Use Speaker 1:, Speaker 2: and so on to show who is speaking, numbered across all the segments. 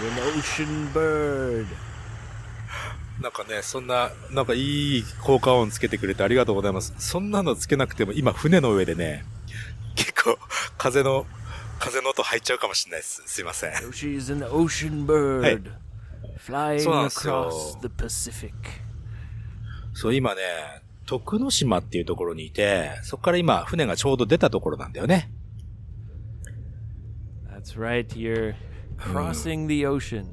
Speaker 1: You're an ocean bird.
Speaker 2: なんかね、そんな、なんかいい効果音つけてくれてありがとうございます。そんなのつけなくても、今船の上でね、結構、風の、風の音入っちゃうかもしれないです。すいません。
Speaker 1: Yoshi is an ocean bird. Flying
Speaker 2: そうなんですよ
Speaker 1: across the Pacific.
Speaker 2: そう、今ね、徳之島っていうところにいて、そこから今、船がちょうど出たところなんだよね。
Speaker 1: That's right, you're crossing the ocean.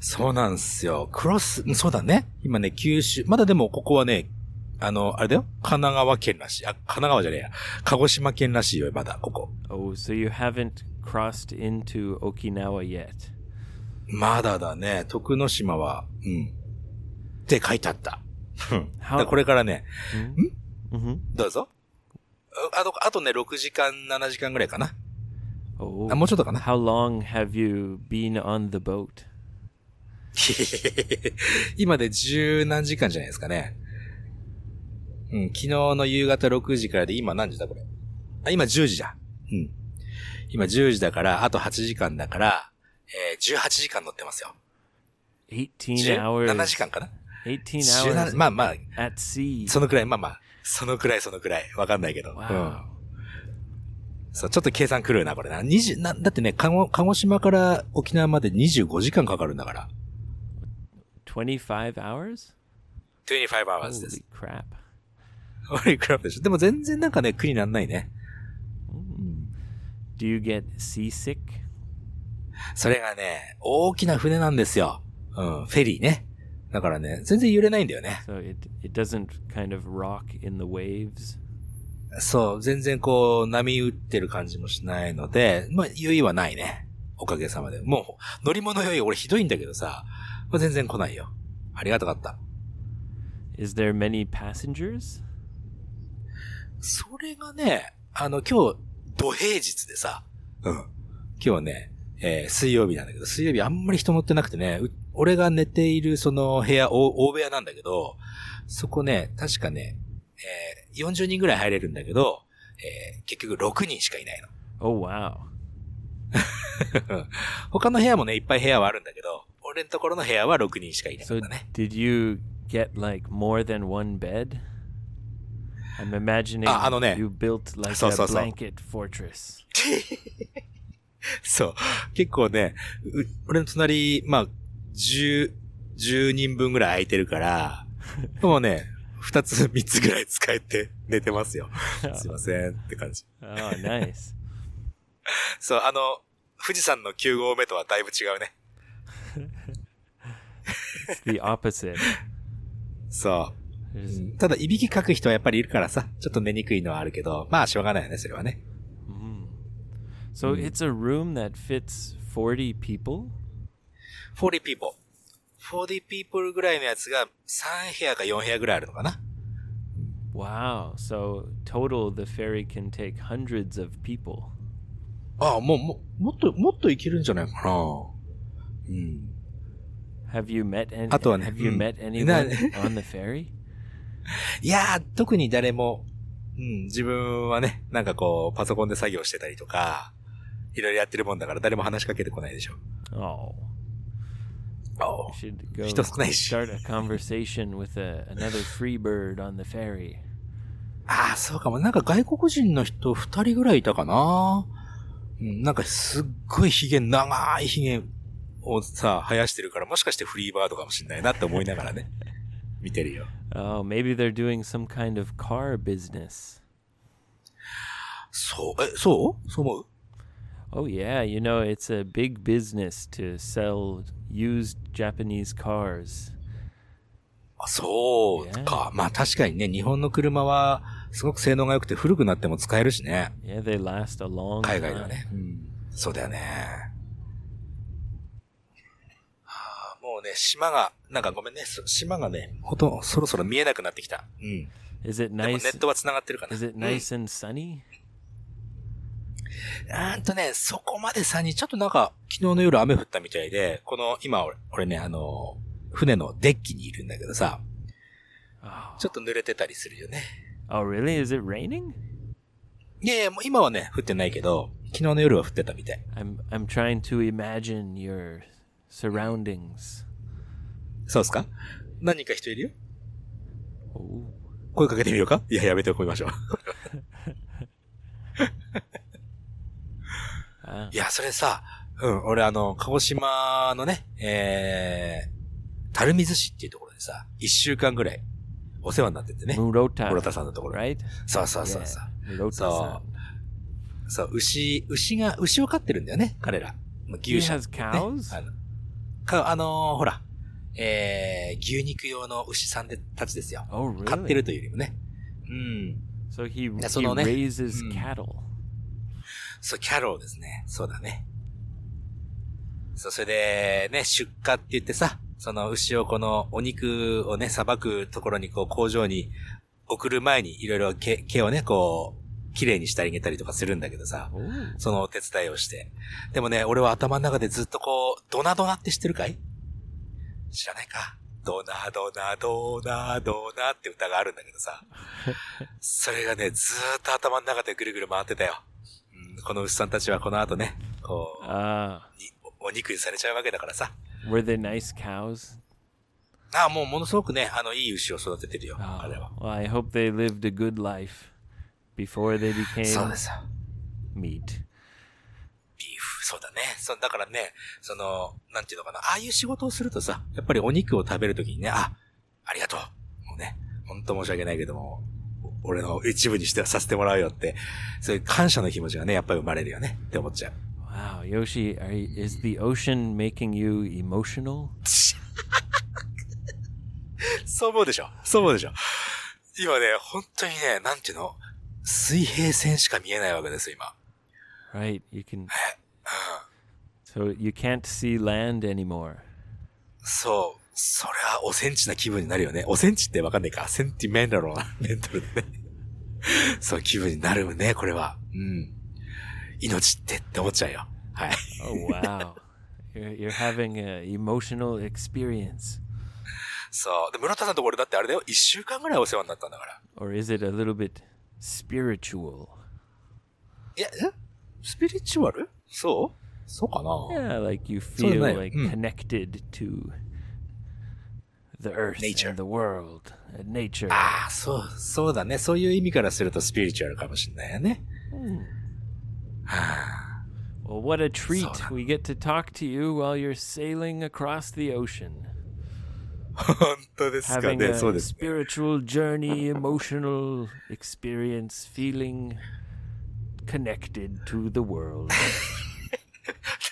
Speaker 2: そうなんですよ。クロス、うんそうだね。今ね、九州、まだでもここはね、あの、あれだよ。神奈川県らしい。あ、神奈川じゃねえや。鹿児島県らしいよ、まだ、ここ。
Speaker 1: Oh, so you haven't crossed into Okinawa yet.
Speaker 2: まだだね。徳之島は、うん。って書いてあった。うん。だからこれからね、
Speaker 1: Mm-hmm.
Speaker 2: どうぞ。うあと、あとね、6時間、7時間ぐらいかな。
Speaker 1: Oh,
Speaker 2: あ、もうちょっとかな。
Speaker 1: how long have you been on the boat?
Speaker 2: 今で十何時間じゃないですかね。うん、昨日の夕方6時からで、今何時だこれ。あ、今10時だ。うん。今10時だから、あと8時間だから、えー、18時間乗ってますよ。
Speaker 1: 18 hours.
Speaker 2: 7時間かな
Speaker 1: 18 hours
Speaker 2: ?17、まあまあ、
Speaker 1: at sea.
Speaker 2: そのくらい、まあまあ、そのくらい、そのくらい。わかんないけど。う
Speaker 1: Wow.
Speaker 2: ん。そう、ちょっと計算狂うな、これな。20、な、だってね、鹿児鹿児島から沖縄まで25時間かかるんだから。
Speaker 1: 25 hours?
Speaker 2: 25 hours です
Speaker 1: Holy。crap.
Speaker 2: 悪いクラブでしょ。でも全然なんかね、苦になんないね。
Speaker 1: Do you get seasick?
Speaker 2: それがね、大きな船なんですよ。うん、フェリーね。だからね、全然揺れないんだよね。
Speaker 1: So it, it doesn't kind of rock in the waves?
Speaker 2: そう、全然こう、波打ってる感じもしないので、まあ、酔いはないね。おかげさまで。もう、乗り物酔い俺ひどいんだけどさ、まあ全然来ないよ。ありがたかった。
Speaker 1: Is there many passengers?
Speaker 2: それがね、あの、今日、土平日でさ、うん。今日はね、えー水曜日なんだけど、水曜日あんまり人乗ってなくてね、う俺が寝ているその部屋、お大部屋なんだけど、そこね、確かね、えー40人ぐらい入れるんだけど、えー結局6人しかいないの。
Speaker 1: Oh, wow.
Speaker 2: 他の部屋もね、いっぱい部屋はあるんだけど、俺のところの部屋は6人しかいないん
Speaker 1: So
Speaker 2: だね。
Speaker 1: did you get like more than one bed? I'm imagining
Speaker 2: あ、あのね。
Speaker 1: you built like
Speaker 2: そう
Speaker 1: a
Speaker 2: そうそう。
Speaker 1: blanket fortress.
Speaker 2: そう。結構ね、う俺の隣、まあ、10、10人分ぐらい空いてる から、もうね、2つ、3つぐらい使えて 寝てますよ。すいませんって感じ。
Speaker 1: Oh, nice.
Speaker 2: そう、あの、富士山の9合目とはだいぶ違うね。
Speaker 1: It's the opposite.
Speaker 2: そ
Speaker 1: There's-
Speaker 2: う。ただ、いびきかく人はやっぱりいるからさ、ちょっと寝にくいのはあるけど、まあ、しょうがないよね、それはね。
Speaker 1: So it's a room that fits 40 people?
Speaker 2: 40 people。40 people ぐらいのやつが3部屋か4部屋ぐらいあるのかな。
Speaker 1: Wow. So total, the ferry can take hundreds of people.
Speaker 2: ああ、もう、も、もっと、もっといけるんじゃないかな。うん。
Speaker 1: Have you met any?
Speaker 2: あとはね、
Speaker 1: Have you
Speaker 2: うん。
Speaker 1: met anyone
Speaker 2: な-
Speaker 1: on the ferry?
Speaker 2: いやー、特に誰も、うん、自分はね、なんかこう、パソコンで作業してたりとか、いろいろやってるもんだから誰も話しかけてこないでしょ。
Speaker 1: Oh,
Speaker 2: おう
Speaker 1: you should go
Speaker 2: 人少ないし。
Speaker 1: start a conversation with a, another free bird on the ferry.
Speaker 2: ああ、そうかも。なんか外国人の人二人ぐらいいたかな。うん、なんかすっごい髭、長い髭をさ、生やしてるから、もしかしてフリーバードかもしれないなって思いなが らね、見てるよ。
Speaker 1: Oh, maybe they're doing some kind of car business.
Speaker 2: そう、え、そうそう思う
Speaker 1: Oh yeah, you know it's a big business to sell used Japanese cars.
Speaker 2: あそうか。まあ確かにね、日本の車はすごく性能が良くて古くなっても使えるしね。
Speaker 1: Yeah, they last a long
Speaker 2: 海
Speaker 1: time.
Speaker 2: 外ではね。そうだよね。はあもうね、島が、なんかごめんね、そ島がね、ほとんどそろそろ見えなくなってきた。うん。
Speaker 1: Is it
Speaker 2: でもネ
Speaker 1: nice?
Speaker 2: ットは繋がってるかな。
Speaker 1: Is it nice and sunny?
Speaker 2: うん、あーんとね、そこまでさに、ちょっとなんか、昨日の夜雨降ったみたいで、この、今俺、俺ね、あの、船のデッキにいるんだけどさ、
Speaker 1: Oh,
Speaker 2: ちょっと濡れてたりするよね。
Speaker 1: oh really? Is it raining?
Speaker 2: いやいや、もう今はね、降ってないけど、昨日の夜は降ってたみたい。
Speaker 1: I'm I'm trying to imagine your surroundings.
Speaker 2: そうですか何人か人いるよ
Speaker 1: Oh.
Speaker 2: 声かけてみようかいや、やめておきましょう。
Speaker 1: Ah.
Speaker 2: いや、それさ、うん、俺あの、鹿児島のね、えー、垂水市っていうところでさ、一週間ぐらい、お世話になっててね。
Speaker 1: Murota.
Speaker 2: 室田さんのところ。
Speaker 1: Right?
Speaker 2: そうそうそうそう。
Speaker 1: Yeah, ah. Murota
Speaker 2: そう。そう、牛、牛が、牛を飼ってるんだよね、彼ら。まあ
Speaker 1: He
Speaker 2: 牛舎。ね
Speaker 1: has cows?
Speaker 2: あの、かあのーほら、えー、牛肉用の牛さんでたちですよ。
Speaker 1: Oh
Speaker 2: 飼ってる
Speaker 1: really?
Speaker 2: というよりもね。うん。
Speaker 1: So he,
Speaker 2: Yeah,
Speaker 1: he
Speaker 2: そのね、
Speaker 1: raises
Speaker 2: うん。
Speaker 1: cattle.
Speaker 2: そう、キャローですね。そうだね。そう、それで、ね、出荷って言ってさ、その牛をこのお肉をね、さばくところにこう工場に送る前にいろいろ毛毛をね、こう、綺麗にしてあげたりとかするんだけどさ、
Speaker 1: Oh.
Speaker 2: そのお手伝いをして。でもね、俺は頭の中でずっとこう、ドナドナって知ってるかい知らないか。ドナドナドナドナって歌があるんだけどさ。それがね、ずーっと頭の中でぐるぐる回ってたよ。うん、この牛さんたちはこの後ね、こう、
Speaker 1: Ah.
Speaker 2: におお肉にされちゃうわけだからさ。
Speaker 1: Were they nice cows?
Speaker 2: ああ、もうものすごくね、あの、いい牛を育ててるよ、
Speaker 1: Ah,
Speaker 2: あれは。
Speaker 1: well, I hope they lived a good life before they
Speaker 2: そう
Speaker 1: became
Speaker 2: ですよ。
Speaker 1: meat.
Speaker 2: ビーフ、そうだね。そだからね、その、なんていうのかな、ああいう仕事をするとさ、やっぱりお肉を食べるときにね、あ、ありがとう。もうね、ほんと申し訳ないけども、お俺の一部にしてさせてもらうよって、そういう感謝の気持ちがね、やっぱり生まれるよねって思っちゃう。
Speaker 1: Wow, Yoshi, are you, is the ocean making you emotional?
Speaker 2: そう思うでしょそう思うでしょ今ね、本当にね、なんていうの水平線しか見えないわけですよ、今。
Speaker 1: Right, you can. So you can't see land anymore.
Speaker 2: そう。それはおセンチな気分になるよね。おセンチってわかんないか。センティメンタルな メンタルでね。そう、気分になるよね、これは。うん。命ってって思っちゃうよ。はい。
Speaker 1: Oh wow, you're, you're having an emotional experience,
Speaker 2: そう。で、村田さんのところだってあれだよ。一週間ぐらいお世話になったんだから。
Speaker 1: or is it a little bit spiritual?
Speaker 2: いや、えスピリチュアルそうそうかな
Speaker 1: Yeah, like you
Speaker 2: of
Speaker 1: feel
Speaker 2: like-
Speaker 1: like
Speaker 2: mm.
Speaker 1: connected to the earth,
Speaker 2: Nature. Ah.
Speaker 1: and the world, and nature.
Speaker 2: ああ、そう、そうだね。そういう意味からするとスピリチュアルかもしれないよ ね。
Speaker 1: Well, what a treat!
Speaker 2: Soda.
Speaker 1: We get to talk to you while you're sailing across the ocean,
Speaker 2: 本当です
Speaker 1: having a spiritual journey, emotional experience, feeling connected to the world.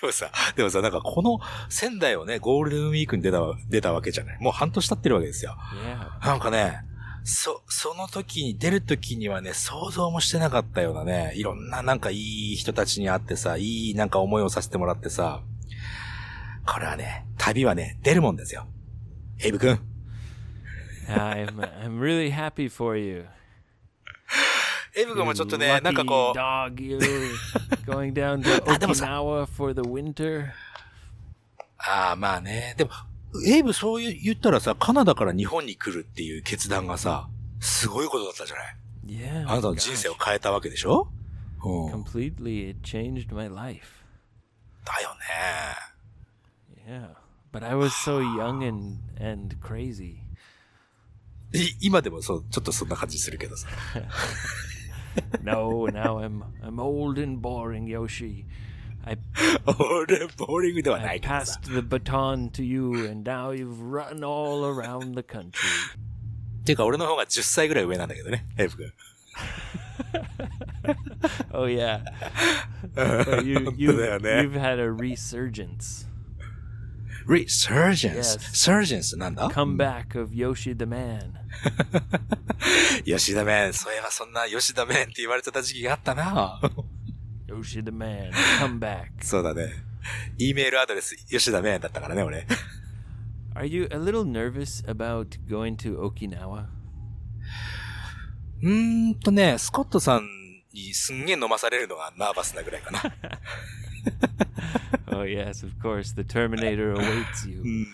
Speaker 2: でもさ、でもさ、なんかこの仙台をね、ゴールデンウィークに出た、出たわけじゃない。もう半年経ってるわけですよ。
Speaker 1: Yeah.
Speaker 2: なんかね、そ、その時に、出る時にはね、想像もしてなかったようなね、いろんななんかいい人たちに会ってさ、いいなんか思いをさせてもらってさ、これはね、旅はね、出るもんですよ。エイブ君。
Speaker 1: I'm I'm really happy for you.
Speaker 2: エイブ
Speaker 1: You lucky dog, you going down to
Speaker 2: あでもさ
Speaker 1: Okinawa for the winter.
Speaker 2: ああ、まあね。でも、エイブそういう言ったらさ、カナダから日本に来るっていう決断がさ、すごいことだったじゃない
Speaker 1: Yeah.
Speaker 2: あなたの人生を変えたわけでしょうん。
Speaker 1: Completely, it changed my life.
Speaker 2: だよね。
Speaker 1: Yeah. But I was so young and and crazy.
Speaker 2: い今でもそう、ちょっとそんな感じするけどさ。
Speaker 1: No, now I'm I'm old and boring, Yoshi. I
Speaker 2: 俺、ボーリングではな
Speaker 1: I
Speaker 2: いけどさ。
Speaker 1: passed the baton to you, and now you've run all around the country.
Speaker 2: ていうか、俺の方が10歳ぐらい上なんだけどね、エイブ君。
Speaker 1: Oh yeah. So you, you,
Speaker 2: 本当だよね。
Speaker 1: you've had a resurgence.
Speaker 2: resurgence.
Speaker 1: Yes.
Speaker 2: surgeons なんだ
Speaker 1: comeback of Yoshi the Man.
Speaker 2: 吉田メン。そういえばそんな吉田メンって言われてた時期があったな。
Speaker 1: Yoshi the Man, comeback.
Speaker 2: そうだね。E メールアドレス、吉田メンだったからね、俺。
Speaker 1: Are you a little nervous about going to Okinawa?
Speaker 2: うーんとね、スコットさんにすんげえ飲まされるのがナーバスなぐらいかな。
Speaker 1: Oh yes, of course. The Terminator awaits you.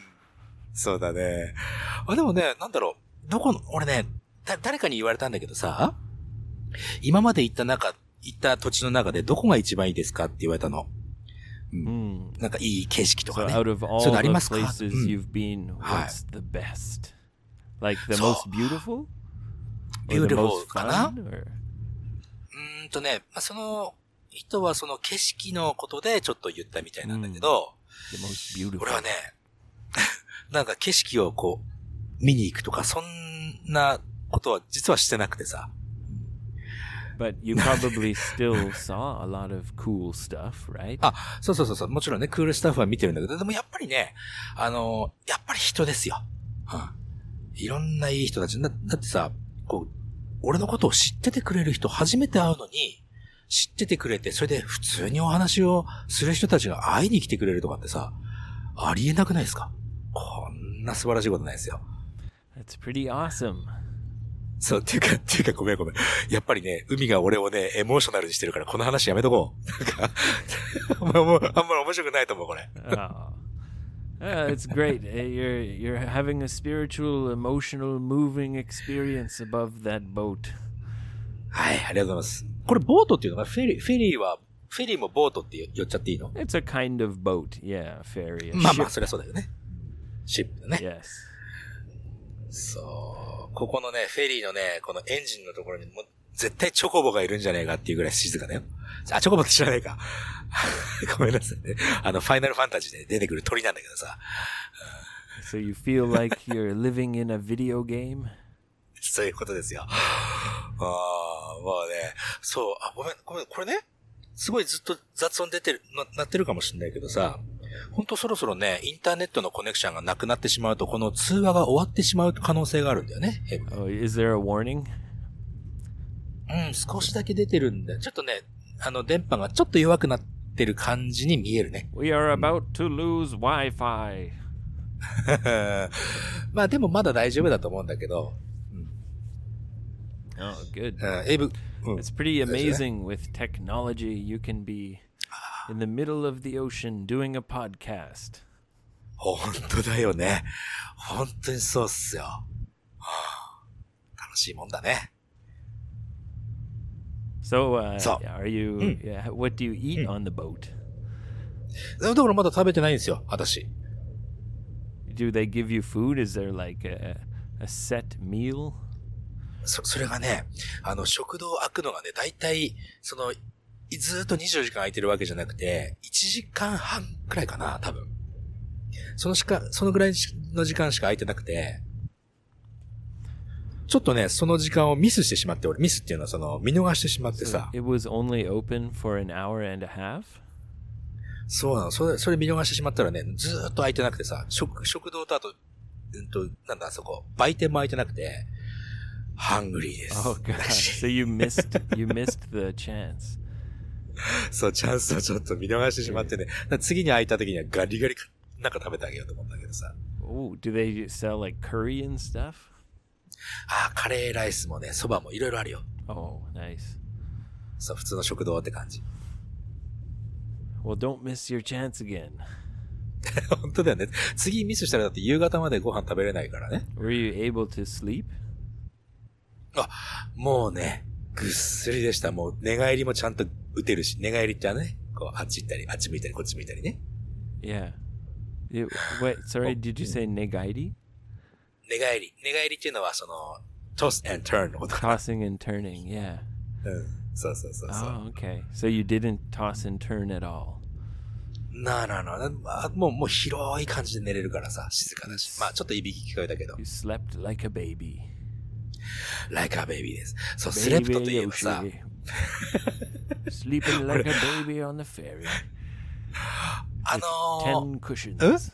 Speaker 2: そうだね。あ、でもね、なんだろう。どこの、俺ね、だ、誰かに言われたんだけどさ、今まで行った中、行った土地の中でどこが一番いいですかって言われたの。
Speaker 1: Mm.
Speaker 2: なんかいい景色と
Speaker 1: So
Speaker 2: かね。
Speaker 1: out of all
Speaker 2: そういうのあり
Speaker 1: the
Speaker 2: ますか
Speaker 1: places
Speaker 2: うん
Speaker 1: you've been,
Speaker 2: はい。
Speaker 1: what's the best? Like the
Speaker 2: そう。
Speaker 1: most beautiful? Or the
Speaker 2: Beautiful
Speaker 1: most
Speaker 2: かな
Speaker 1: fun? Or...
Speaker 2: うーんとね、まあ、その人はその景色のことでちょっと言ったみたいなんだけど、
Speaker 1: The most beautiful.
Speaker 2: 俺はね、 なんか景色をこう、見に行くとか、そんなことは実はしてなくてさ。
Speaker 1: But you probably still saw a lot of cool stuff, right?
Speaker 2: あ、そうそうそうそう、もちろんね、クールスタッフは見てるんだけど、でもやっぱりね、あの、やっぱり人ですよ。うん。いろんないい人たち。だだってさ、こう、俺のことを知っててくれる人、初めて会うのに、知っててくれて、それで普通にお話をする人たちが会いに来てくれるとかってさ、ありえなくないですかこんな素晴らしいことないですよ。
Speaker 1: That's pretty awesome.
Speaker 2: そう、っていうか、っていうかごめんごめん。やっぱりね、海が俺をね、エモーショナルにしてるから、この話やめとこう。なんか、 お前もうあんまり面白くないと思う、これ。
Speaker 1: Oh. Uh, it's great. Uh, You're you're having a spiritual, emotional, moving experience above that boat.
Speaker 2: はい、ありがとうございます。これ、ボートっていうのが、フェリー、フェリーは、フェリーもボートって呼っちゃっていいの
Speaker 1: It's a kind of boat, yeah, a ferry. a
Speaker 2: まあま
Speaker 1: ship.
Speaker 2: あ、そりゃそうだよね。シップだね。
Speaker 1: Yes.
Speaker 2: そう。ここのね、フェリーのね、このエンジンのところにも、絶対チョコボがいるんじゃねえかっていうぐらい静かだよ。あ、チョコボって知らないか。 ごめんなさいね。あの、ファイナルファンタジーで出てくる鳥なんだけどさ。
Speaker 1: So you feel like you're living in a video game.
Speaker 2: そういうことですよ。ああ、まあね。そう、あ、ごめん、ごめん、これね、すごいずっと雑音出てる、な、なってるかもしれないけどさ、ほんとそろそろね、インターネットのコネクションがなくなってしまうと、この通話が終わってしまう可能性があるんだよね。ヘブ
Speaker 1: Oh, is there a warning?
Speaker 2: うん、少しだけ出てるんだよ。ちょっとね、あの、電波がちょっと弱くなってる感じに見えるね。
Speaker 1: We are about to lose Wi-Fi.
Speaker 2: まあでもまだ大丈夫だと思うんだけど、
Speaker 1: Oh, good.
Speaker 2: うん、エイブ、うん、
Speaker 1: It's pretty amazing with technology. You can be in the middle of the ocean doing a podcast.
Speaker 2: 本当だよね。本当にそうっすよ。はあ、楽しいもんだね。
Speaker 1: So, uh,
Speaker 2: So-
Speaker 1: are you? Yeah, what do you eat on the boat?
Speaker 2: だからまだ食べてないんですよ、私。
Speaker 1: Do they give you food? Is there like a, a set meal?
Speaker 2: そ、それがね、あの、食堂開くのがね、だいたい、その、ずーっと24時間空いてるわけじゃなくて、1時間半くらいかな、多分。そのしか、そのぐらいの時間しか空いてなくて、ちょっとね、その時間をミスしてしまって、俺、ミスっていうのはその、見逃してしまってさ、
Speaker 1: It was only open for an hour and a half.
Speaker 2: そうなの。それ、それ見逃してしまったらね、ずーっと空いてなくてさ、食、食堂とあと、うんと、なんだ、あそこ、売店も空いてなくて、ハングリーです。
Speaker 1: Oh gosh! so you missed you missed the chance.
Speaker 2: そう、チャンスをちょっと見逃してしまってね、だから次に空いた時にはガリガリかなんか食べてあげようと思うんだけどさ。
Speaker 1: Oh, do they sell like curry and stuff?
Speaker 2: あー、カレーライスもね、蕎麦もいろいろあるよ。
Speaker 1: Oh, nice.
Speaker 2: そう、普通の食堂って感じ。
Speaker 1: Well, don't miss your chance again.
Speaker 2: 本当だよね。次ミスしたらだって夕方までご飯食べれないからね。
Speaker 1: Were you able to sleep?
Speaker 2: あ、もうね、ぐっすりでした。もう、寝返りもちゃんと打てるし、寝返りってあのね、こう、あっち行ったり、あっち向いたり、こっち向いたりね。
Speaker 1: Yeah. You- wait,
Speaker 2: Oh.
Speaker 1: sorry. Did you say negaidi?
Speaker 2: 寝返り。寝返りっていうのは、その、トス and turn のことか。
Speaker 1: Tossing and turning. Yeah.
Speaker 2: うん。そうそうそうそう。
Speaker 1: Oh, okay. So you didn't toss and turn at all.
Speaker 2: なあなあなあなあ、もう、もう広い感じで寝れるからさ、静かだし。まあ、ちょっといびき聞こえたけど
Speaker 1: You、slept like a baby.
Speaker 2: like a baby です。そう、スレプトといえばさ、
Speaker 1: Yoshi. Sleeping like a baby on the ferry.
Speaker 2: あの
Speaker 1: Ten
Speaker 2: ー、
Speaker 1: cushions.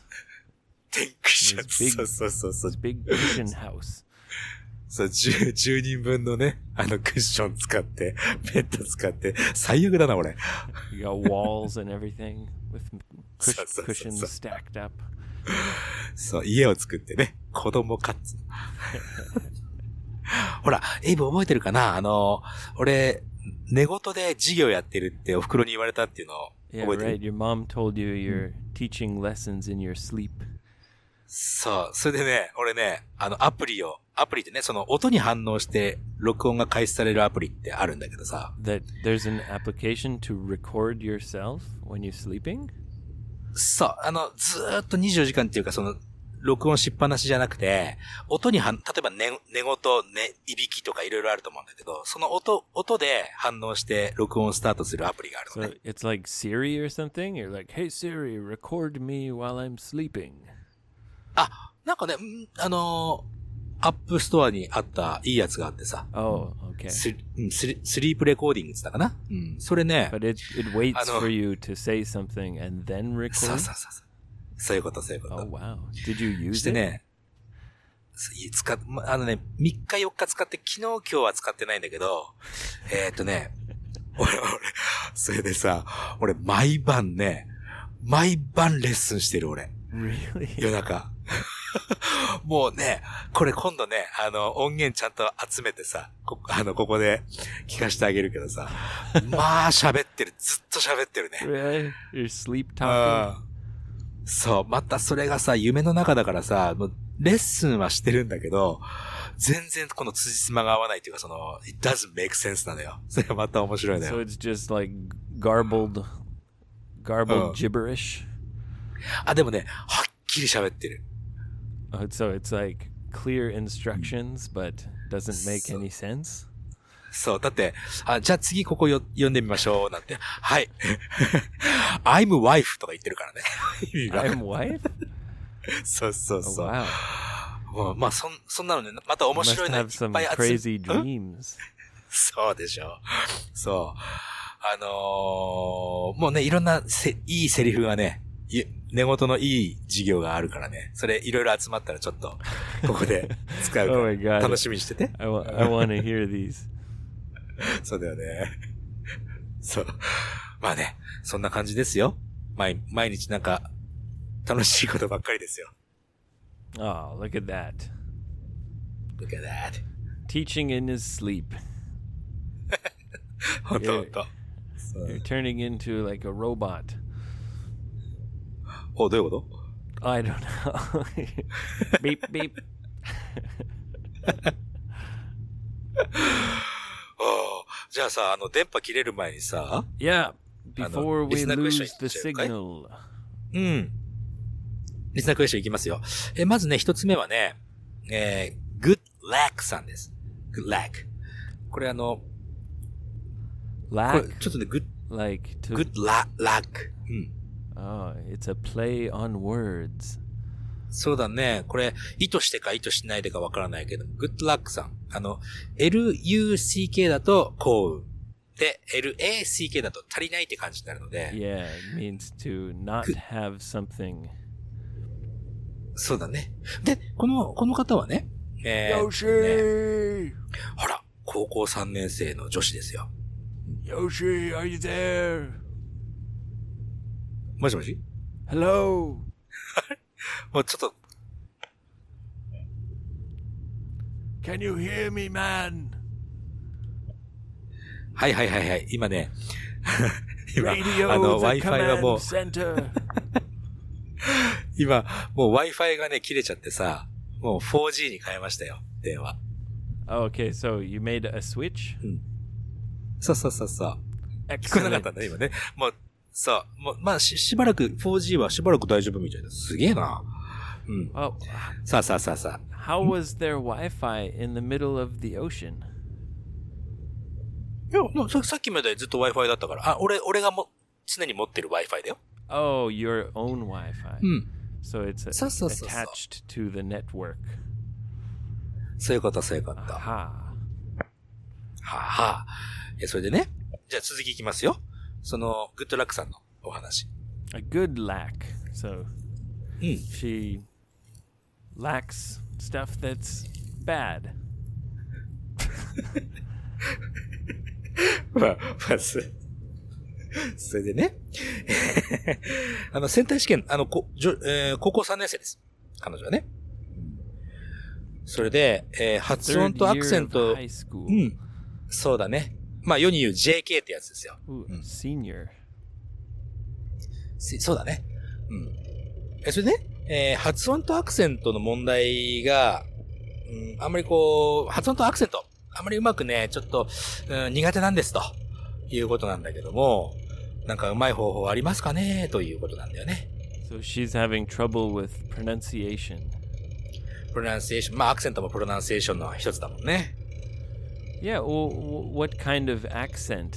Speaker 2: テンクショ
Speaker 1: It's big
Speaker 2: ン、 そうそうそうそう、
Speaker 1: Big cushion house.
Speaker 2: そう10、10人分のね、あのクッション使って、ベッド使って、最悪だな、俺。
Speaker 1: You got walls and everything with cush-
Speaker 2: So- so- so-
Speaker 1: cushions
Speaker 2: so.
Speaker 1: stacked up.
Speaker 2: そう、家を作ってね、子供かつ。 ほら、エイブ覚えてるかなあのー、俺、寝言で授業やってるってお袋に言われたっていうのを
Speaker 1: Yeah,
Speaker 2: 覚えてる Mm-hmm.
Speaker 1: right. Your mom told you you're teaching lessons in your sleep.
Speaker 2: そう。それでね、俺ね、あの、アプリを、アプリってね、その音に反応して録音が開始されるアプリってあるんだけどさ。
Speaker 1: That there's an application to record yourself when you're sleeping?
Speaker 2: そう。あの、ずーっと24時間っていうか、その、録音しっぱなしじゃなくて、音に反、例えば寝、寝言、ね、いびきとかいろいろあると思うんだけど、その音、音で反応して録音スタートするアプリがある
Speaker 1: So
Speaker 2: のね。
Speaker 1: it's like Siri or something? You're like, hey Siri, record me while I'm sleeping.
Speaker 2: あ、なんかね、うんあのーアップストアにあったいいやつがあってさ、
Speaker 1: Oh, okay.
Speaker 2: スリうんスリスリープレコーディングって言ったかなうん。それね、
Speaker 1: But it, it waits
Speaker 2: know.
Speaker 1: for you to say something and then
Speaker 2: そう
Speaker 1: record?
Speaker 2: そうそうそう。そういうこと、そういうこ
Speaker 1: Oh,
Speaker 2: と。
Speaker 1: wow. Did you
Speaker 2: そし
Speaker 1: use it?
Speaker 2: てね、いつか、まあのね、3日4日使って、昨日今日は使ってないんだけど、えーっとね、 俺、俺、それでさ、俺、毎晩ね、毎晩レッスンしてる、俺。
Speaker 1: Really?
Speaker 2: 夜中。 もうね、これ今度ね、あの、音源ちゃんと集めてさ、こ、あの、ここで聞かせてあげるけどさ、まあ喋ってる、ずっと喋ってるね。
Speaker 1: really? You're sleep talking?
Speaker 2: ああそう、またそれがさ、夢の中だからさ、もうレッスンはしてるんだけど、全然この辻褄が合わないというか、その、it doesn't make sense なのよ。それがまた面白いの
Speaker 1: So
Speaker 2: よ。
Speaker 1: it's just like garbled, garbled
Speaker 2: Oh.
Speaker 1: gibberish.
Speaker 2: あ、でもね、はっきり喋ってる。
Speaker 1: Oh, so it's like clear instructions, but doesn't make
Speaker 2: So-
Speaker 1: any sense.
Speaker 2: そう、だって、あ、じゃあ次ここよ読んでみましょう、なんて。はい。I'm wife とか言ってる からね。意味が
Speaker 1: I'm wife.
Speaker 2: そうそうそ
Speaker 1: Oh,
Speaker 2: う。
Speaker 1: wow.
Speaker 2: うんまあ、そん、そんなのね、また面
Speaker 1: Must
Speaker 2: 白いのいっ
Speaker 1: have some
Speaker 2: ぱい集
Speaker 1: crazy
Speaker 2: めん
Speaker 1: dreams.
Speaker 2: そうでしょう。そう。あのーもうね、いろんなせ、いいセリフがね、い寝言のいい授業があるからね。それいろいろ集まったらちょっと、ここで使う か
Speaker 1: Oh my
Speaker 2: ら
Speaker 1: God
Speaker 2: 楽しみにしてて。
Speaker 1: I want. I want to hear these.
Speaker 2: そうだよね。そう。まあね、そんな感じですよ。毎、毎日なんか、楽しいことばっかりですよ。
Speaker 1: Oh, look at that.
Speaker 2: Look at that.
Speaker 1: Teaching in his sleep.
Speaker 2: ほんとほん
Speaker 1: いや
Speaker 2: と。そう
Speaker 1: You're turning into like a robot.
Speaker 2: お、どういうこと
Speaker 1: I don't know. beep beep.
Speaker 2: おーじゃあさ、あの、電波切れる前にさ、
Speaker 1: Yeah. Before we
Speaker 2: listener question
Speaker 1: lose the
Speaker 2: しちゃうかい
Speaker 1: signal.
Speaker 2: うん。リスナークエスチョンいきますよ。え、まずね、一つ目はね、えー、good luck さんです。good luck。これあの、これ
Speaker 1: Lack.
Speaker 2: ちょっとね、good,
Speaker 1: Like to.
Speaker 2: good luck, luck。うん。
Speaker 1: Oh, it's a play on words.
Speaker 2: そうだね。これ、意図してか意図しないでかわからないけど、good luck さん。あの、luck だと幸運。で、lack だと足りないって感じになるので、
Speaker 1: Yeah, it means to not
Speaker 2: Good-
Speaker 1: have something.
Speaker 2: そうだね。で、この、この方はね、えーね
Speaker 1: Yoshi!
Speaker 2: ほら、高校3年生の女子ですよ。
Speaker 1: Yoshi, are you there?
Speaker 2: もしもし
Speaker 1: Hello?
Speaker 2: もうちょっと、
Speaker 1: Can you hear me, man?
Speaker 2: はいはいはいはい。今ね、 今、
Speaker 1: Radio
Speaker 2: あの、
Speaker 1: the
Speaker 2: Wi-Fi がもう
Speaker 1: command、center.
Speaker 2: 今、もう Wi-Fi がね、切れちゃってさ、もう 4G に変えましたよ、電話。
Speaker 1: oh, okay, so you made a switch?
Speaker 2: そうそうそうそう。聞こえなかっ
Speaker 1: Excellent.
Speaker 2: たね、今ね。もう、そう、もう、まあし、しばらく、4G はしばらく大丈夫みたいです。すげえな。うん。
Speaker 1: Oh,
Speaker 2: さあさあさあさあ。
Speaker 1: how was their Wi-Fi in the middle of the ocean?
Speaker 2: いや、もうささっきまでずっと Wi-Fi だったから。あ、俺、俺がも、常に持ってる Wi-Fi だよ。
Speaker 1: Oh, your own Wi-Fi.
Speaker 2: ん。
Speaker 1: Hmm. So it's a,
Speaker 2: So, so, so, so.
Speaker 1: attached to the network.
Speaker 2: そういうこと、そういうこと。
Speaker 1: Ah.
Speaker 2: は
Speaker 1: Aha.
Speaker 2: あはあ。え、それでね。じゃあ続きいきますよ。その、グッドラックさんのお話。
Speaker 1: A good lack. So Hmm.
Speaker 2: うん。
Speaker 1: she lacks stuff that's bad.
Speaker 2: まあ、まあ、す、それでね。 あの、センター試験、あの、こ、じょ、えー高校3年生です。彼女はね。それで、えー発音
Speaker 1: Third
Speaker 2: とアクセ
Speaker 1: year
Speaker 2: ン
Speaker 1: of
Speaker 2: ト、
Speaker 1: high school.
Speaker 2: うん。そうだね。まあ、世に言う JK ってやつですよ。
Speaker 1: Ooh, senior.
Speaker 2: せそうだね。うん。え、それでね、えー発音とアクセントの問題が、うん、あんまりこう、発音とアクセント、あんまりうまくね、ちょっと、うん苦手なんです、ということなんだけども、なんかうまい方法ありますかねということなんだよね。
Speaker 1: So she's having trouble with pronunciation.
Speaker 2: プロナンセーション、まあアクセントもプロナンセーションの一つだもんね。
Speaker 1: Yeah, or wh- what kind of accent?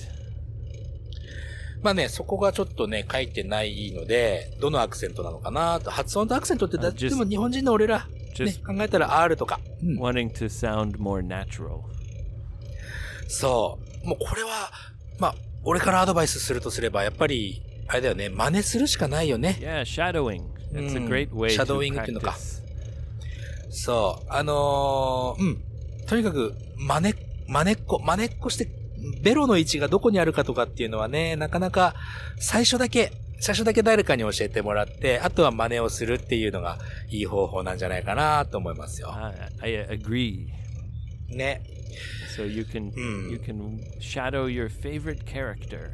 Speaker 2: まあね、そこがちょっとね、書いてないので、どのアクセントなのかなと。発音とアクセントってだ、
Speaker 1: あ
Speaker 2: で
Speaker 1: just-
Speaker 2: も日本人の俺ら、ね、
Speaker 1: just-
Speaker 2: 考えたら R とか。うん
Speaker 1: Wanting to sound more natural.
Speaker 2: そう。もうこれは、まあ、俺からアドバイスするとすれば、やっぱり、あれだよね、真似するしかないよね。
Speaker 1: Yeah, shadowing. That's a
Speaker 2: Mm,
Speaker 1: great way
Speaker 2: shadowing
Speaker 1: to
Speaker 2: っていうのか。
Speaker 1: practice.
Speaker 2: そう。あのーうん。とにかく、真似、真似っこ、真似っこして、ベロの位置がどこにあるかとかっていうのはね、なかなか、最初だけ、最初だけ誰かに教えてもらって、あとは真似をするっていうのがいい方法なんじゃないかなと思いますよ。
Speaker 1: I, I agree.
Speaker 2: ね。
Speaker 1: So you can
Speaker 2: Mm.
Speaker 1: you can shadow your favorite character.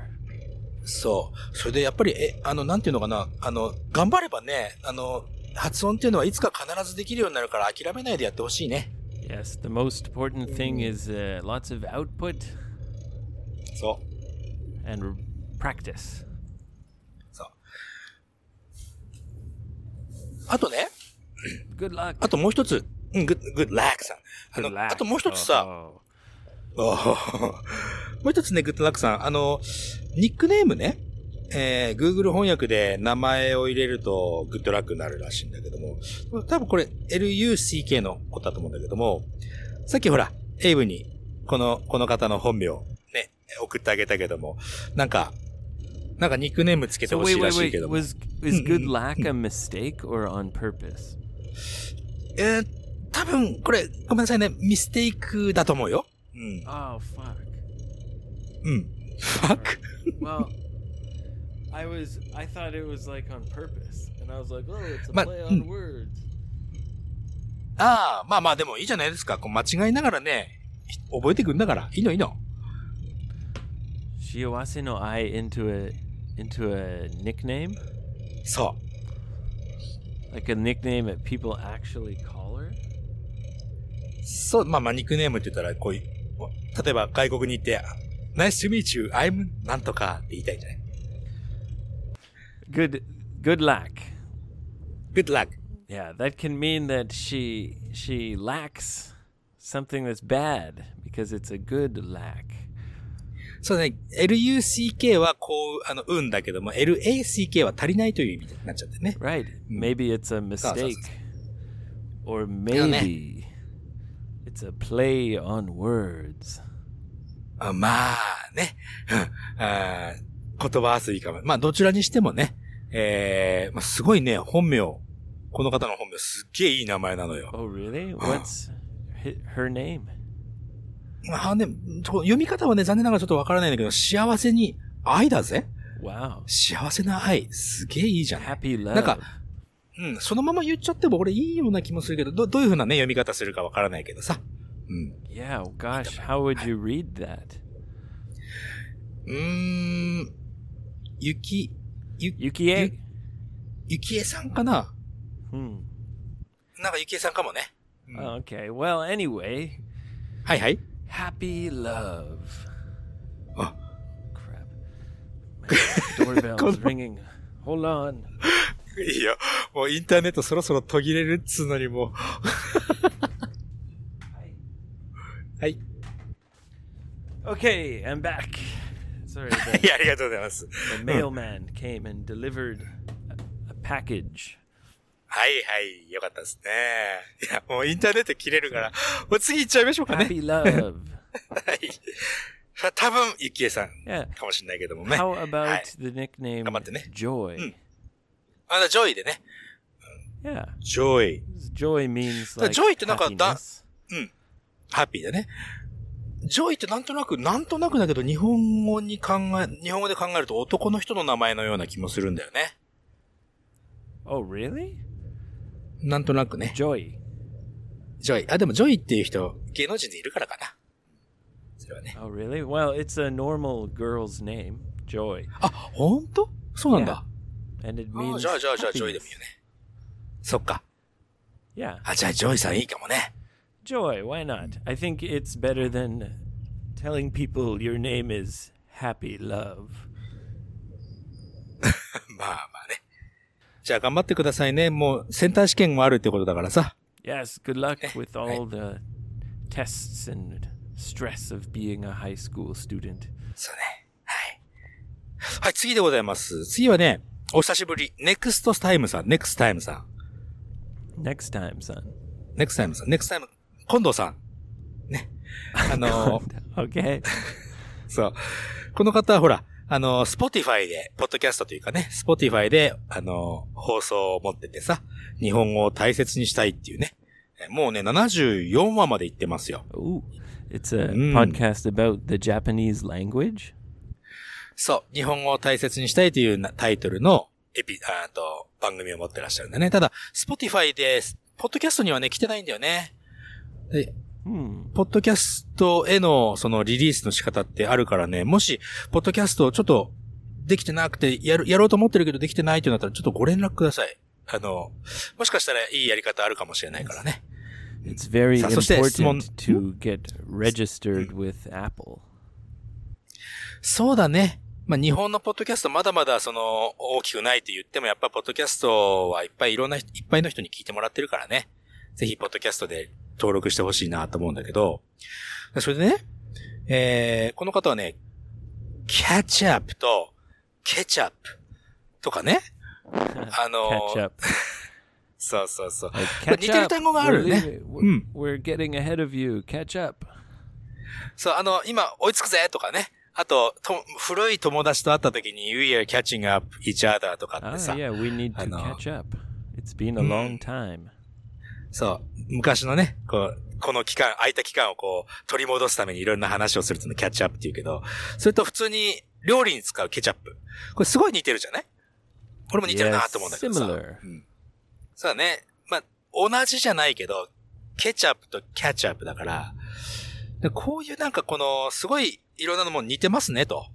Speaker 2: そう。それでやっぱり、え、あの、なんていうのかな、あの、頑張ればね、あの、発音っていうのはいつか必ずできるようになるから諦めないでやってほしいね。
Speaker 1: Yes, the most important thing is uh, lots of output
Speaker 2: そう。
Speaker 1: and r- practice.
Speaker 2: そう。あとね、
Speaker 1: Good luck.
Speaker 2: あともう一つ、うん、グッ、グッラックさん。あ
Speaker 1: Good
Speaker 2: の、
Speaker 1: luck.
Speaker 2: あともう一つさ、
Speaker 1: Oh.
Speaker 2: おーもう一つね、グッドラックさん、あの、ニックネームね、えー、Google 翻訳で名前を入れるとグッドラックになるらしいんだけども、多分これ LUCK のことだと思うんだけども、さっきほら、エイブに、この、この方の本名、ね、送ってあげたけども、なんか、なんかニックネームつけて
Speaker 1: So
Speaker 2: ほし
Speaker 1: wait,
Speaker 2: いら
Speaker 1: wait,
Speaker 2: しいけ
Speaker 1: wait.
Speaker 2: ども。
Speaker 1: Was is good luck a mistake or on purpose?
Speaker 2: えー、多分、これ、ごめんなさいね、ミステイクだと思うよ。うん。
Speaker 1: Oh fuck.
Speaker 2: うん。 ファック。
Speaker 1: Well, I was I thought it was like on purpose, and I was like, oh, it's a
Speaker 2: But-
Speaker 1: play
Speaker 2: mm.
Speaker 1: on words.
Speaker 2: ああ、まあまあでもいいじゃないですか。こう間違いながらね、ひ覚えてくんだから。いいのいいの。
Speaker 1: Shiawase no I into a into a nickname,
Speaker 2: そ
Speaker 1: like a nickname that people actually call her.
Speaker 2: う。そう、まあまあニックネームって言ったら、こういう、お例えば外国に行って、Nice to meet you, I'm なんとかって言いたいんじゃない
Speaker 1: Good good luck.
Speaker 2: ?Good luck.
Speaker 1: Yeah, that can mean that she she lacks something that's bad because it's a good lack.
Speaker 2: そうね、LUCK はこう、あの、運だけども、LACK は足りないという意味になっちゃってね。
Speaker 1: Right. Maybe Hmm. it's a
Speaker 2: so- so-
Speaker 1: mistake. Or
Speaker 2: Yeah, man.
Speaker 1: maybe it's a play on words.
Speaker 2: あまあね、 うんあー言葉遊びかも。まあどちらにしてもね、えーまあ、すごいね、本名、この方の本名すっげえいい名前なのよ。
Speaker 1: Oh, really? What's hi- her name?
Speaker 2: まあね、と読み方はね、残念ながらちょっとわからないんだけど、幸せに愛だぜ
Speaker 1: Wow.
Speaker 2: 幸せな愛。すげえいいじゃない
Speaker 1: Happy
Speaker 2: なんか
Speaker 1: love.、
Speaker 2: うん、そのまま言っちゃっても俺いいような気もするけど、どどういうふうなね、読み方するかわからないけどさ。うん。
Speaker 1: Yeah, oh, gosh, how would you read that?
Speaker 2: うーん、ゆき、ゆ、
Speaker 1: Yukie?
Speaker 2: ゆきえさんかな
Speaker 1: Hmm.
Speaker 2: なんかゆきえさんかもね。
Speaker 1: Okay, well, anyway,
Speaker 2: はいはい。
Speaker 1: happy love.
Speaker 2: Oh.
Speaker 1: Crap. My doorbell's ringing. Hold on.
Speaker 2: いいよ。もうインターネットそろそろ途切れるっつうのにもう。 はい。
Speaker 1: Okay, I'm back. Sorry about
Speaker 2: いや、ありがとうございます。
Speaker 1: The mailman came and delivered a- a package.
Speaker 2: はいはい、よかったですね。いや、もうインターネット切れるから、もう次行っちゃいましょうかね。
Speaker 1: Happy love.
Speaker 2: はい。さ あ多分、ゆきえさん
Speaker 1: Yeah.
Speaker 2: かもしれないけどもね。
Speaker 1: How
Speaker 2: はい
Speaker 1: about the nickname
Speaker 2: 頑張ってね。
Speaker 1: Joy?
Speaker 2: あの、ジョイでね。
Speaker 1: Yeah.
Speaker 2: ジョイ。
Speaker 1: Joy means like
Speaker 2: ジョイってなんかだ
Speaker 1: happiness.
Speaker 2: ハッピーだね。ジョイってなんとなく、なんとなくだけど、日本語に考え、日本語で考えると男の人の名前のような気もするんだよね。
Speaker 1: Oh, really?
Speaker 2: なんとなくね。
Speaker 1: Joy.
Speaker 2: ジョイ。あ、でもジョイっていう人、芸能人でいるからかな。それはね。
Speaker 1: Oh, really? Well, it's a normal girl's name, Joy,
Speaker 2: あ、ほんとそうなんだ。
Speaker 1: and it
Speaker 2: あ
Speaker 1: means
Speaker 2: Oh, じゃあじゃあじゃあ、ジョイでもいい
Speaker 1: happiness.
Speaker 2: よね。そっか。
Speaker 1: Yeah.
Speaker 2: あ、じゃあ、ジョイさんいいかもね。
Speaker 1: Joy, why not? I think it's better than telling people your name is Happy Love.
Speaker 2: まあまあね。じゃあ、頑張ってくださいね。もう、センター試験もあるってことだからさ。
Speaker 1: Yes, good luck with all the tests and stress of being a high school student.
Speaker 2: そうね。はい。はい、次でございます。次はね、お久しぶり。ネクストタイムさん、ネクスタイムさん。
Speaker 1: Next time, son.
Speaker 2: ネクスタイムさん、ネクスタイム、近藤さん。ね。あの ー、
Speaker 1: Okay.
Speaker 2: そう。この方はほら、あの、スポティファイで、ポッドキャストというかね、スポティファイで、あの、放送を持っててさ、日本語を大切にしたいっていうね。えもうね、74話まで行ってますよ。
Speaker 1: Ooh. It's a
Speaker 2: Mm.
Speaker 1: podcast about the Japanese language.
Speaker 2: そう、日本語を大切にしたいというなタイトルのエピ、ああと、番組を持ってらっしゃるんだね。ただ、スポティファイで、ポッドキャストにはね、来てないんだよね。で
Speaker 1: Hmm.
Speaker 2: ポッドキャストへのそのリリースの仕方ってあるからね、もし、ポッドキャストをちょっとできてなくて、やる、やろうと思ってるけどできてないってなったら、ちょっとご連絡ください。あの、もしかしたらいいやり方あるかもしれないからね。
Speaker 1: It's very
Speaker 2: Sa- そして、
Speaker 1: important
Speaker 2: 質問。
Speaker 1: to get registered with Apple.
Speaker 2: そうだね。まあ、日本のポッドキャストまだまだその、大きくないって言っても、やっぱポッドキャストはいっぱいいろんな人、いっぱいの人に聞いてもらってるからね。ぜひ、ポッドキャストで登録してほしいなと思うんだけど。それでね、えー、この方はね、キャッチアップと、ケチャップとかね。あの
Speaker 1: catch
Speaker 2: ー、
Speaker 1: up.
Speaker 2: そうそうそう。
Speaker 1: Like,
Speaker 2: まあ
Speaker 1: catch
Speaker 2: 似てる
Speaker 1: up.
Speaker 2: 単語があ
Speaker 1: We're
Speaker 2: るね。
Speaker 1: leaving- we're-
Speaker 2: うん。
Speaker 1: we're getting ahead of you. Catch up.
Speaker 2: そう、あの、今、追いつくぜとかね。あと、と、古い友達と会った時に、You are catching up each other とかっ
Speaker 1: Ah,
Speaker 2: てさ。
Speaker 1: yeah, we need to
Speaker 2: あの、
Speaker 1: catch up. It's been a
Speaker 2: うん。
Speaker 1: long time.
Speaker 2: そう。昔のね、こう、この期間、空いた期間をこう、取り戻すためにいろんな話をするっていうのをキャッチアップって言うけど、それと普通に料理に使うケチャップ。これすごい似てるじゃないこれも似てるなと思うんだけどさ。
Speaker 1: Yes, similar.
Speaker 2: うんそうだね。まあ、同じじゃないけど、ケチャップとキャッチアップだから、でこういうなんかこの、すごいいろんなのも似てますねと。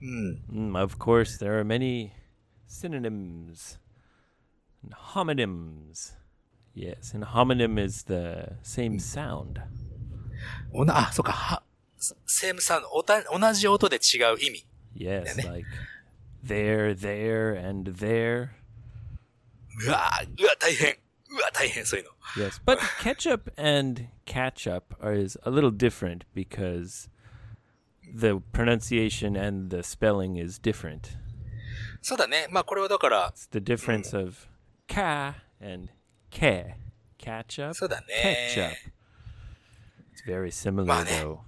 Speaker 2: うん。
Speaker 1: Mm, of course, there are many synonyms and homonyms. Yes, and homonym is the same sound.
Speaker 2: おな、あ、そうか、は、セームさん、おた、同じ音で違う意味。
Speaker 1: Yes,
Speaker 2: Yeah,
Speaker 1: like there, there, and there.
Speaker 2: うわーうわ、大変。うわ、大変、そういうの。
Speaker 1: Yes, but ketchup and catch up are is a little different because the pronunciation and the spelling is different.
Speaker 2: そうだね。まあこれはだから、
Speaker 1: It's the difference of ka and ke. Catch up,
Speaker 2: そうだね。
Speaker 1: catch up. It's very similar
Speaker 2: Mane.
Speaker 1: though.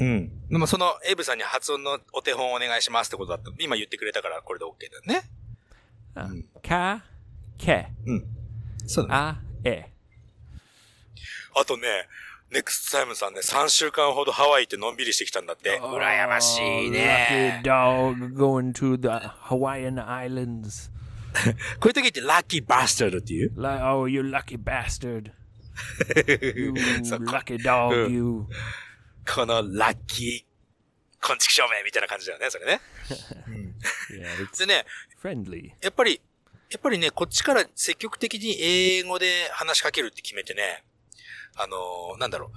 Speaker 2: うん。でもそのエイブさんに発音のお手本をお願いしますってことだった。今言ってくれたからこれで OK だね。
Speaker 1: Ah, Ka, ke,
Speaker 2: そうね。
Speaker 1: a, e.
Speaker 2: あとね、ネクストタイムさんね、3週間ほどハワイ行ってのんびりしてきたんだって。羨ましい
Speaker 1: Lucky
Speaker 2: ね。
Speaker 1: dog going to the Hawaiian Islands.
Speaker 2: こういう時ってラッキーバスタードっていう
Speaker 1: Like, oh, you lucky bastard. You
Speaker 2: そう
Speaker 1: lucky dog,
Speaker 2: Mm.
Speaker 1: you.
Speaker 2: このラッキー、昆虫証明みたいな感じだよね、それね。
Speaker 1: Yeah, it's
Speaker 2: でね、
Speaker 1: friendly.
Speaker 2: やっぱり、やっぱりね、こっちから積極的に英語で話しかけるって決めてね、あのーなんだろ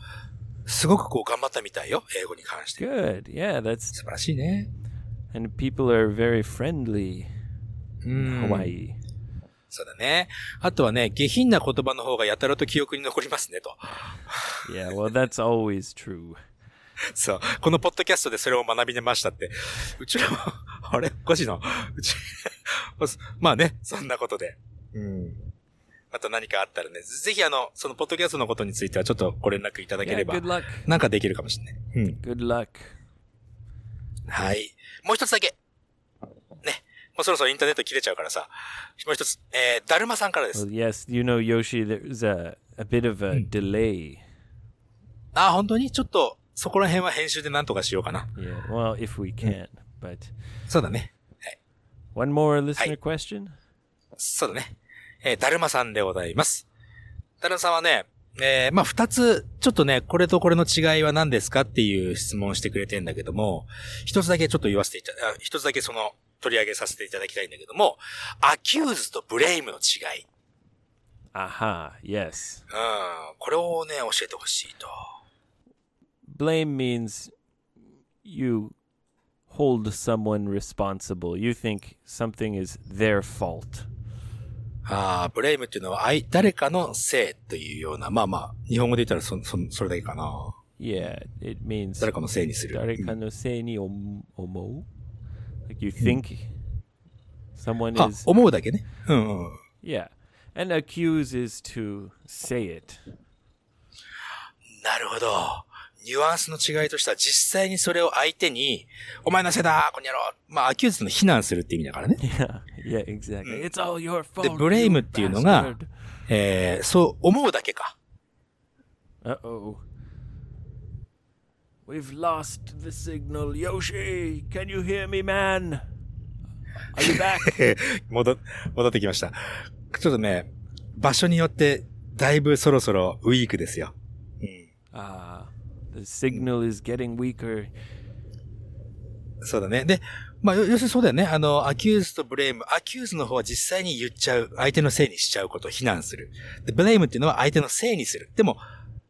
Speaker 2: う。すごくこう頑張ったみたいよ、英語に関して。
Speaker 1: Good. Yeah, that's
Speaker 2: 素晴らしいね。
Speaker 1: and people are very friendly
Speaker 2: う
Speaker 1: in
Speaker 2: ん。
Speaker 1: Hawaii.
Speaker 2: そうだね。あとはね、下品な言葉の方がやたらと記憶に残りますね、と。
Speaker 1: Yeah, well, that's always true.
Speaker 2: そう。このポッドキャストでそれを学びましたって。うちらも、あれおかしいな。うち、 まあね、そんなことで。うん。また何かあったらね、ぜひあの、そのポッドキャストのことについてはちょっとご連絡いただけ
Speaker 1: Yeah,
Speaker 2: れば
Speaker 1: good、luck.
Speaker 2: なんかできるかもしれない。うん。
Speaker 1: Good luck.
Speaker 2: はい。もう一つだけ。ね。もうそろそろインターネット切れちゃうからさ。もう一つ。えー、だるまさんからです
Speaker 1: Well,。yes, you know, Yoshi, there's a, a bit of
Speaker 2: Hmm.
Speaker 1: a delay.
Speaker 2: あ、本当にちょっと、そこら辺は編集で何とかしようかな。
Speaker 1: Yeah, well, if
Speaker 2: Hmm.
Speaker 1: we can. But
Speaker 2: そうだね。
Speaker 1: one more listener question.
Speaker 2: そうだね。えーだるまさんでございます。だるまさんはね、えーまあ、二つ、ちょっとね、これとこれの違いは何ですかっていう質問をしてくれてんだけども、一つだけちょっと言わせていた、あ一つだけその、取り上げさせていただきたいんだけども、アキューズとブレイムの違い。
Speaker 1: Aha, yes.
Speaker 2: うん。これをね、教えてほしいと。
Speaker 1: Blame means you hold someone responsible. You think something is their fault.
Speaker 2: ああ、ブレイムっていうのは、あい誰かのせいというような、まあまあ、日本語で言ったらそ、そ、それだけかな。
Speaker 1: Yeah, it means
Speaker 2: 誰かのせいにする。うん
Speaker 1: 誰かのせいに思う Like
Speaker 2: Hmm.
Speaker 1: you think someone
Speaker 2: あ
Speaker 1: is、
Speaker 2: 思うだけね。うん、うん。
Speaker 1: yeah, and accuse is to say it.
Speaker 2: なるほど。ニュアンスの違いとしては、実際にそれを相手に、お前のせいだこの野郎まあ、アキューズの非難するって意味だからね。
Speaker 1: Yeah, yeah, exactly. It's all your fault.
Speaker 2: で、ブレイムっていうのが、えー、そう思うだけか。
Speaker 1: Uh oh. We've lost the signal. Yoshi, can you hear me, man? Are you back?
Speaker 2: えー戻、戻ってきました。ちょっとね、場所によって、だいぶそろそろウィークですよ。
Speaker 1: Ah, the signal is getting weaker.
Speaker 2: そうだね。で、まあ、よ要するにそうだよね。あの、アキューズとブレイム。アキューズの方は実際に言っちゃう。相手のせいにしちゃうことを非難する。で、ブレイムっていうのは相手のせいにする。でも、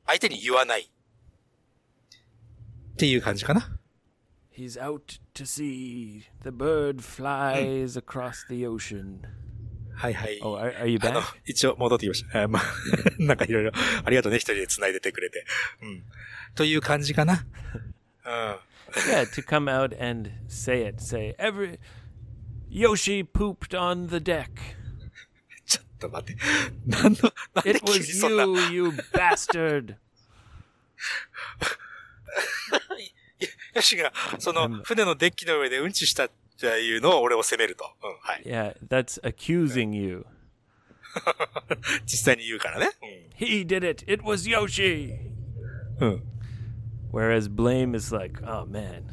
Speaker 2: 相手に言わない。っていう感じかな。
Speaker 1: He's out to sea. The bird flies across the ocean.
Speaker 2: はいはい。
Speaker 1: Oh, are, are you
Speaker 2: あの
Speaker 1: back?、
Speaker 2: 一応戻ってきました。えーまあ、 なんかいろいろ、ありがとうね、一人で繋いでてくれて。うん。という感じかな。 うん。
Speaker 1: yeah, to come out and say it. Say, every. Yoshi pooped on the deck.
Speaker 2: ちょっと待って。 なんの、なんで
Speaker 1: It
Speaker 2: 急に
Speaker 1: was
Speaker 2: そんな。
Speaker 1: you, you bastard.
Speaker 2: よしが、その、船のデッキの上でうんちしたっていうのを俺を責めると。うん、はい。
Speaker 1: Yeah, that's accusing you.
Speaker 2: 実際に言うからね。
Speaker 1: He did it. It was Yoshi.
Speaker 2: うん。
Speaker 1: Whereas blame is like, oh man,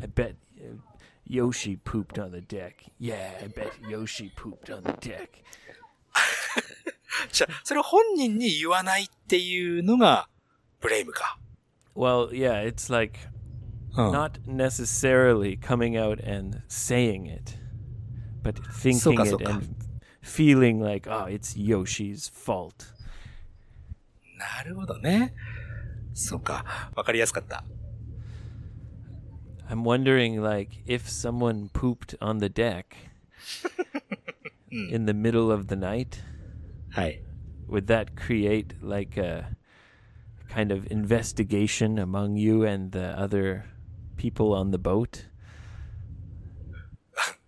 Speaker 1: I bet uh, Yoshi pooped on the deck. Yeah, I bet Yoshi pooped on the deck.
Speaker 2: じゃあそれを本人に言わないっていうのが、ブレイムか。
Speaker 1: Well, yeah, it's like
Speaker 2: うん。
Speaker 1: not necessarily coming out and saying it, but thinking
Speaker 2: Soka,
Speaker 1: it
Speaker 2: soka.
Speaker 1: and feeling like, oh, it's Yoshi's fault.
Speaker 2: なるほどね。そうか。わかりやすかった。
Speaker 1: I'm wondering, like, if someone pooped on the deck
Speaker 2: Hmm.
Speaker 1: in the middle of the night.
Speaker 2: はい。
Speaker 1: would that create like a kind of investigation among you and the other people on the boat?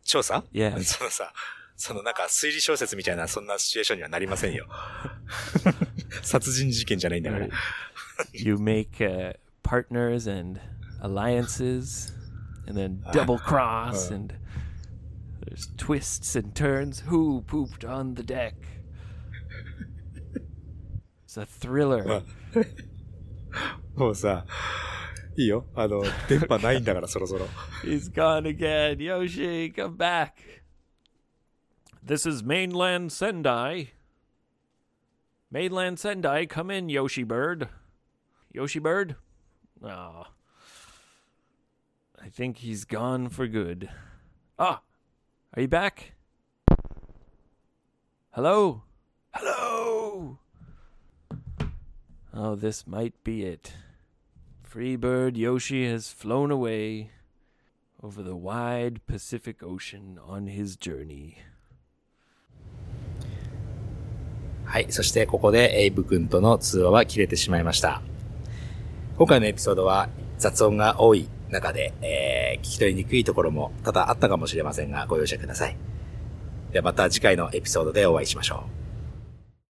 Speaker 2: 調査
Speaker 1: Yeah.
Speaker 2: そのさ、そのなんか推理小説みたいな、そんなシチュエーションにはなりませんよ。殺人事件じゃないんだから。
Speaker 1: You make uh, partners and alliances and then double cross and there's twists and turns. Who pooped on the deck? It's a thriller.
Speaker 2: もうさ、いいよ。あの、電波ないんだから、そろそろ。
Speaker 1: He's gone again. Yoshi, come back. This is mainland Sendai. Mainland Sendai, come in, Yoshi Bird. Yoshi Bird? Ah. I think he's gone for good. Ah, are you back? Hello? Hello? Oh, this might be it. Freebird Yoshi has flown away over the wide Pacific Ocean on his journey.
Speaker 2: はい。そして、ここでエイブ君との通話は切れてしまいました。今回のエピソードは雑音が多い中で、えー聞き取りにくいところも多々あったかもしれませんが、ご容赦ください。ではまた次回のエピソードでお会いしましょう。